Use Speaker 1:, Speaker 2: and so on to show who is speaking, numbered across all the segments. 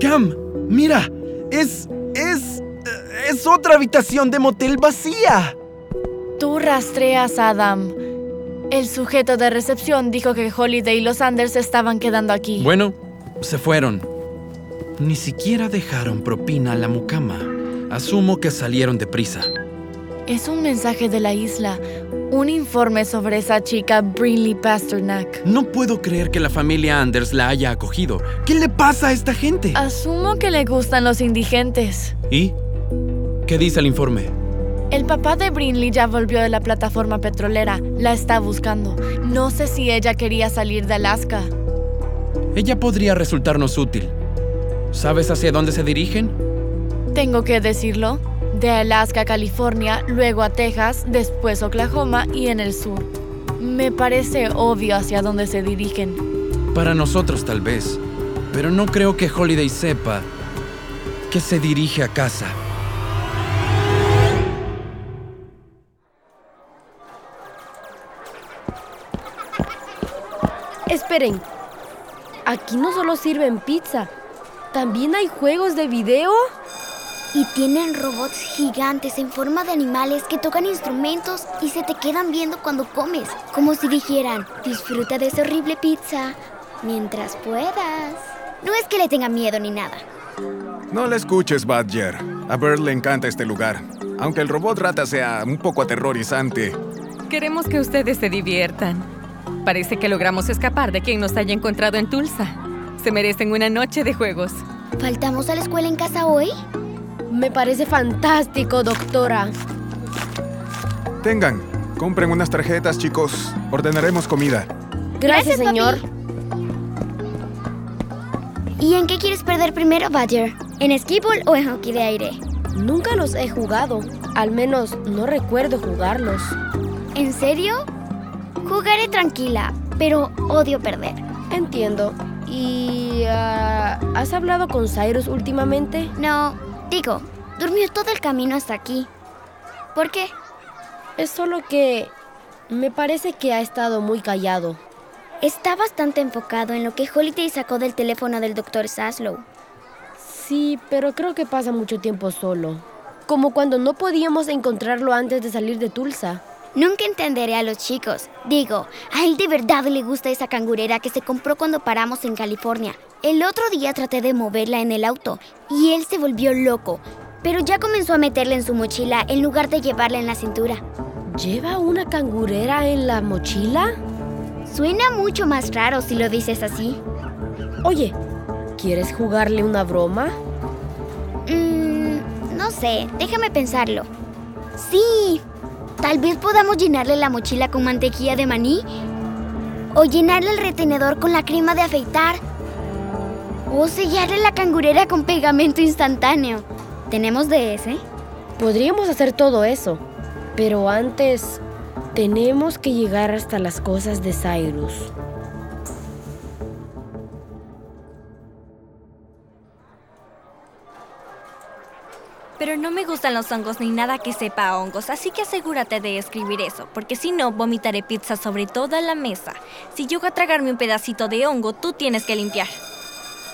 Speaker 1: Cam, mira, es... es... eh, es otra habitación de motel vacía.
Speaker 2: Tú rastreas a Adam. El sujeto de recepción dijo que Holiday y los Anders estaban quedando aquí.
Speaker 1: Bueno, se fueron. Ni siquiera dejaron propina a la mucama. Asumo que salieron deprisa.
Speaker 2: Es un mensaje de la isla. Un informe sobre esa chica, Brinley Pasternak.
Speaker 1: No puedo creer que la familia Anders la haya acogido. ¿Qué le pasa a esta gente?
Speaker 2: Ah. Asumo que le gustan los indigentes.
Speaker 1: ¿Y? ¿Qué dice el informe?
Speaker 2: El papá de Brinley ya volvió de la plataforma petrolera. La está buscando. No sé si ella quería salir de Alaska.
Speaker 1: Ella podría resultarnos útil. ¿Sabes hacia dónde se dirigen?
Speaker 2: Tengo que decirlo. De Alaska a California, luego a Texas, después Oklahoma y en el sur. Me parece obvio hacia dónde se dirigen.
Speaker 1: Para nosotros tal vez. Pero no creo que Holiday sepa que se dirige a casa.
Speaker 3: Esperen, aquí no solo sirven pizza, también hay juegos de video.
Speaker 4: Y tienen robots gigantes en forma de animales que tocan instrumentos y se te quedan viendo cuando comes, como si dijeran, disfruta de esa horrible pizza mientras puedas. No es que le tenga miedo ni nada.
Speaker 5: No la escuches, Badger. A Bert le encanta este lugar, aunque el robot rata sea un poco aterrorizante.
Speaker 6: Queremos que ustedes se diviertan. Parece que logramos escapar de quien nos haya encontrado en Tulsa. Se merecen una noche de juegos.
Speaker 4: ¿Faltamos a la escuela en casa hoy?
Speaker 3: Me parece fantástico, doctora.
Speaker 5: Tengan, compren unas tarjetas, chicos. Ordenaremos comida.
Speaker 3: Gracias,
Speaker 4: Gracias,
Speaker 3: señor.
Speaker 4: ¿Y en qué quieres perder primero, Badger? ¿En skibble o en hockey de aire?
Speaker 3: Nunca los he jugado. Al menos no recuerdo jugarlos.
Speaker 4: ¿En serio? Jugaré tranquila, pero odio perder.
Speaker 3: Entiendo. ¿Y ah, has hablado con Cyrus últimamente?
Speaker 4: No, digo, durmió todo el camino hasta aquí. ¿Por qué?
Speaker 3: Es solo que me parece que ha estado muy callado.
Speaker 4: Está bastante enfocado en lo que Holiday sacó del teléfono del Dr. Saslow.
Speaker 3: Sí, pero creo que pasa mucho tiempo solo. Como cuando no podíamos encontrarlo antes de salir de Tulsa.
Speaker 4: Nunca entenderé a los chicos. Digo, a él de verdad le gusta esa cangurera que se compró cuando paramos en California. El otro día traté de moverla en el auto y él se volvió loco. Pero ya comenzó a meterla en su mochila en lugar de llevarla en la cintura.
Speaker 3: ¿Lleva una cangurera en la mochila?
Speaker 4: Suena mucho más raro si lo dices así.
Speaker 3: Oye, ¿quieres jugarle una broma?
Speaker 4: Mmm, no sé, déjame pensarlo. Sí, tal vez podamos llenarle la mochila con mantequilla de maní o llenarle el retenedor con la crema de afeitar o sellarle la cangurera con pegamento instantáneo. ¿Tenemos de ese?
Speaker 3: Podríamos hacer todo eso, pero antes tenemos que llegar hasta las cosas de Cyrus.
Speaker 7: Pero no me gustan los hongos ni nada que sepa a hongos, así que asegúrate de escribir eso, porque si no, vomitaré pizza sobre toda la mesa. Si llego a tragarme un pedacito de hongo, tú tienes que limpiar.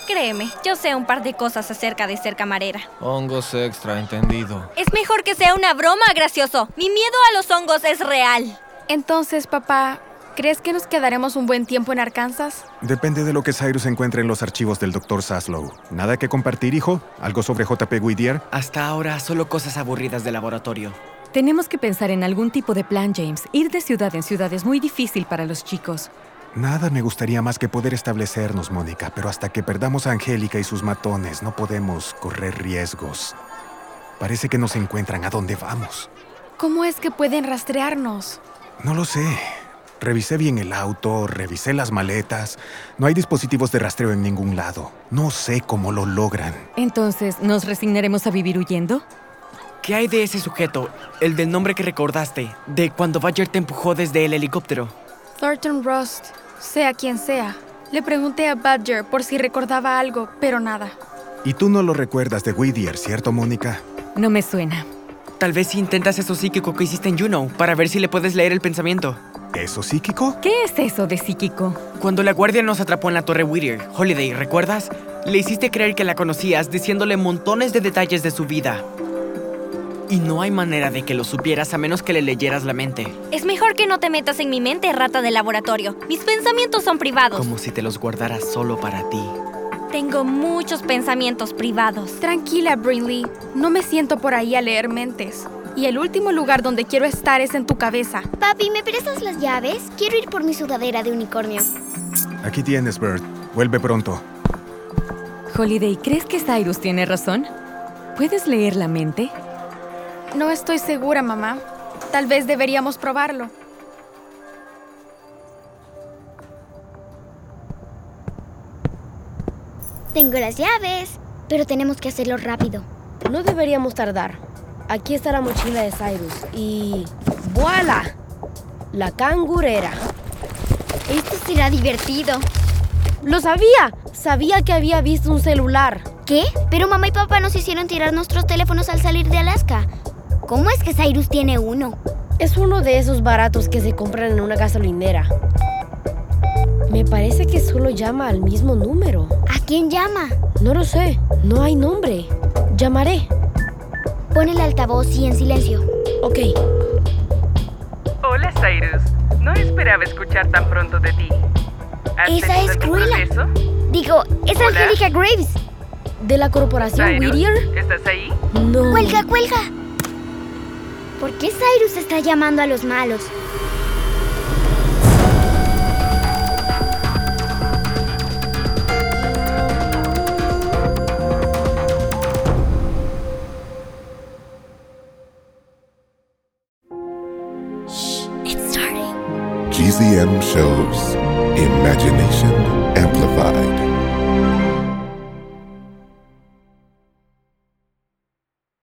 Speaker 7: Créeme, yo sé un par de cosas acerca de ser camarera.
Speaker 8: Hongos extra, entendido.
Speaker 7: Es mejor que sea una broma, gracioso. Mi miedo a los hongos es real.
Speaker 9: Entonces, papá, ¿crees que nos quedaremos un buen tiempo en Arkansas?
Speaker 5: Depende de lo que Cyrus encuentre en los archivos del Dr. Saslow. ¿Nada que compartir, hijo? ¿Algo sobre JP Whittier?
Speaker 10: Hasta ahora solo cosas aburridas de laboratorio.
Speaker 6: Tenemos que pensar en algún tipo de plan, James. Ir de ciudad en ciudad es muy difícil para los chicos.
Speaker 5: Nada me gustaría más que poder establecernos, Mónica, pero hasta que perdamos a Angélica y sus matones no podemos correr riesgos. Parece que nos encuentran a dónde vamos.
Speaker 9: ¿Cómo es que pueden rastrearnos?
Speaker 5: No lo sé. Revisé bien el auto, revisé las maletas. No hay dispositivos de rastreo en ningún lado. No sé cómo lo logran.
Speaker 6: Entonces, ¿nos resignaremos a vivir huyendo?
Speaker 10: ¿Qué hay de ese sujeto? El del nombre que recordaste, de cuando Badger te empujó desde el helicóptero.
Speaker 9: Thornton Rust, sea quien sea. Le pregunté a Badger por si recordaba algo, pero nada.
Speaker 5: Y tú no lo recuerdas de Whittier, ¿cierto, Mónica?
Speaker 6: No me suena.
Speaker 10: Tal vez si intentas eso psíquico que hiciste en Juno para ver si le puedes leer el pensamiento.
Speaker 5: ¿Eso psíquico?
Speaker 6: ¿Qué es eso de psíquico?
Speaker 10: Cuando la guardia nos atrapó en la torre Whittier, Holiday, ¿recuerdas? Le hiciste creer que la conocías diciéndole montones de detalles de su vida. Y no hay manera de que lo supieras a menos que le leyeras la mente.
Speaker 7: Es mejor que no te metas en mi mente, rata de laboratorio. Mis pensamientos son privados.
Speaker 10: Como si te los guardaras solo para ti.
Speaker 7: Tengo muchos pensamientos privados.
Speaker 9: Tranquila, Brinley. No me siento por ahí a leer mentes. Y el último lugar donde quiero estar es en tu cabeza.
Speaker 4: Papi, ¿me prestas las llaves? Quiero ir por mi sudadera de unicornio.
Speaker 5: Aquí tienes, Bert. Vuelve pronto.
Speaker 6: Holiday, ¿crees que Cyrus tiene razón? ¿Puedes leer la mente?
Speaker 9: No estoy segura, mamá. Tal vez deberíamos probarlo.
Speaker 4: Tengo las llaves, pero tenemos que hacerlo rápido.
Speaker 3: No deberíamos tardar. Aquí está la mochila de Cyrus y... ¡Voilà! La cangurera.
Speaker 4: Esto será divertido.
Speaker 3: ¡Lo sabía! Sabía que había visto un celular.
Speaker 4: ¿Qué? Pero mamá y papá nos hicieron tirar nuestros teléfonos al salir de Alaska. ¿Cómo es que Cyrus tiene uno?
Speaker 3: Es uno de esos baratos que se compran en una gasolinera. Me parece que solo llama al mismo número.
Speaker 4: ¿A quién llama?
Speaker 3: No lo sé. No hay nombre. Llamaré.
Speaker 4: Pon el altavoz y en silencio.
Speaker 3: Ok.
Speaker 11: Hola, Cyrus. No esperaba escuchar tan pronto de ti. ¿Has tenido
Speaker 4: Esa es
Speaker 11: algún
Speaker 4: Cruella.
Speaker 11: progreso?
Speaker 4: Digo, es
Speaker 11: Hola.
Speaker 4: Angélica Graves.
Speaker 3: ¿De la corporación
Speaker 11: Cyrus,
Speaker 3: Whittier?
Speaker 11: ¿Estás ahí?
Speaker 3: No.
Speaker 4: ¡Cuelga, cuelga! ¿Por qué Cyrus está llamando a los malos?
Speaker 12: GZM shows Imagination Amplified.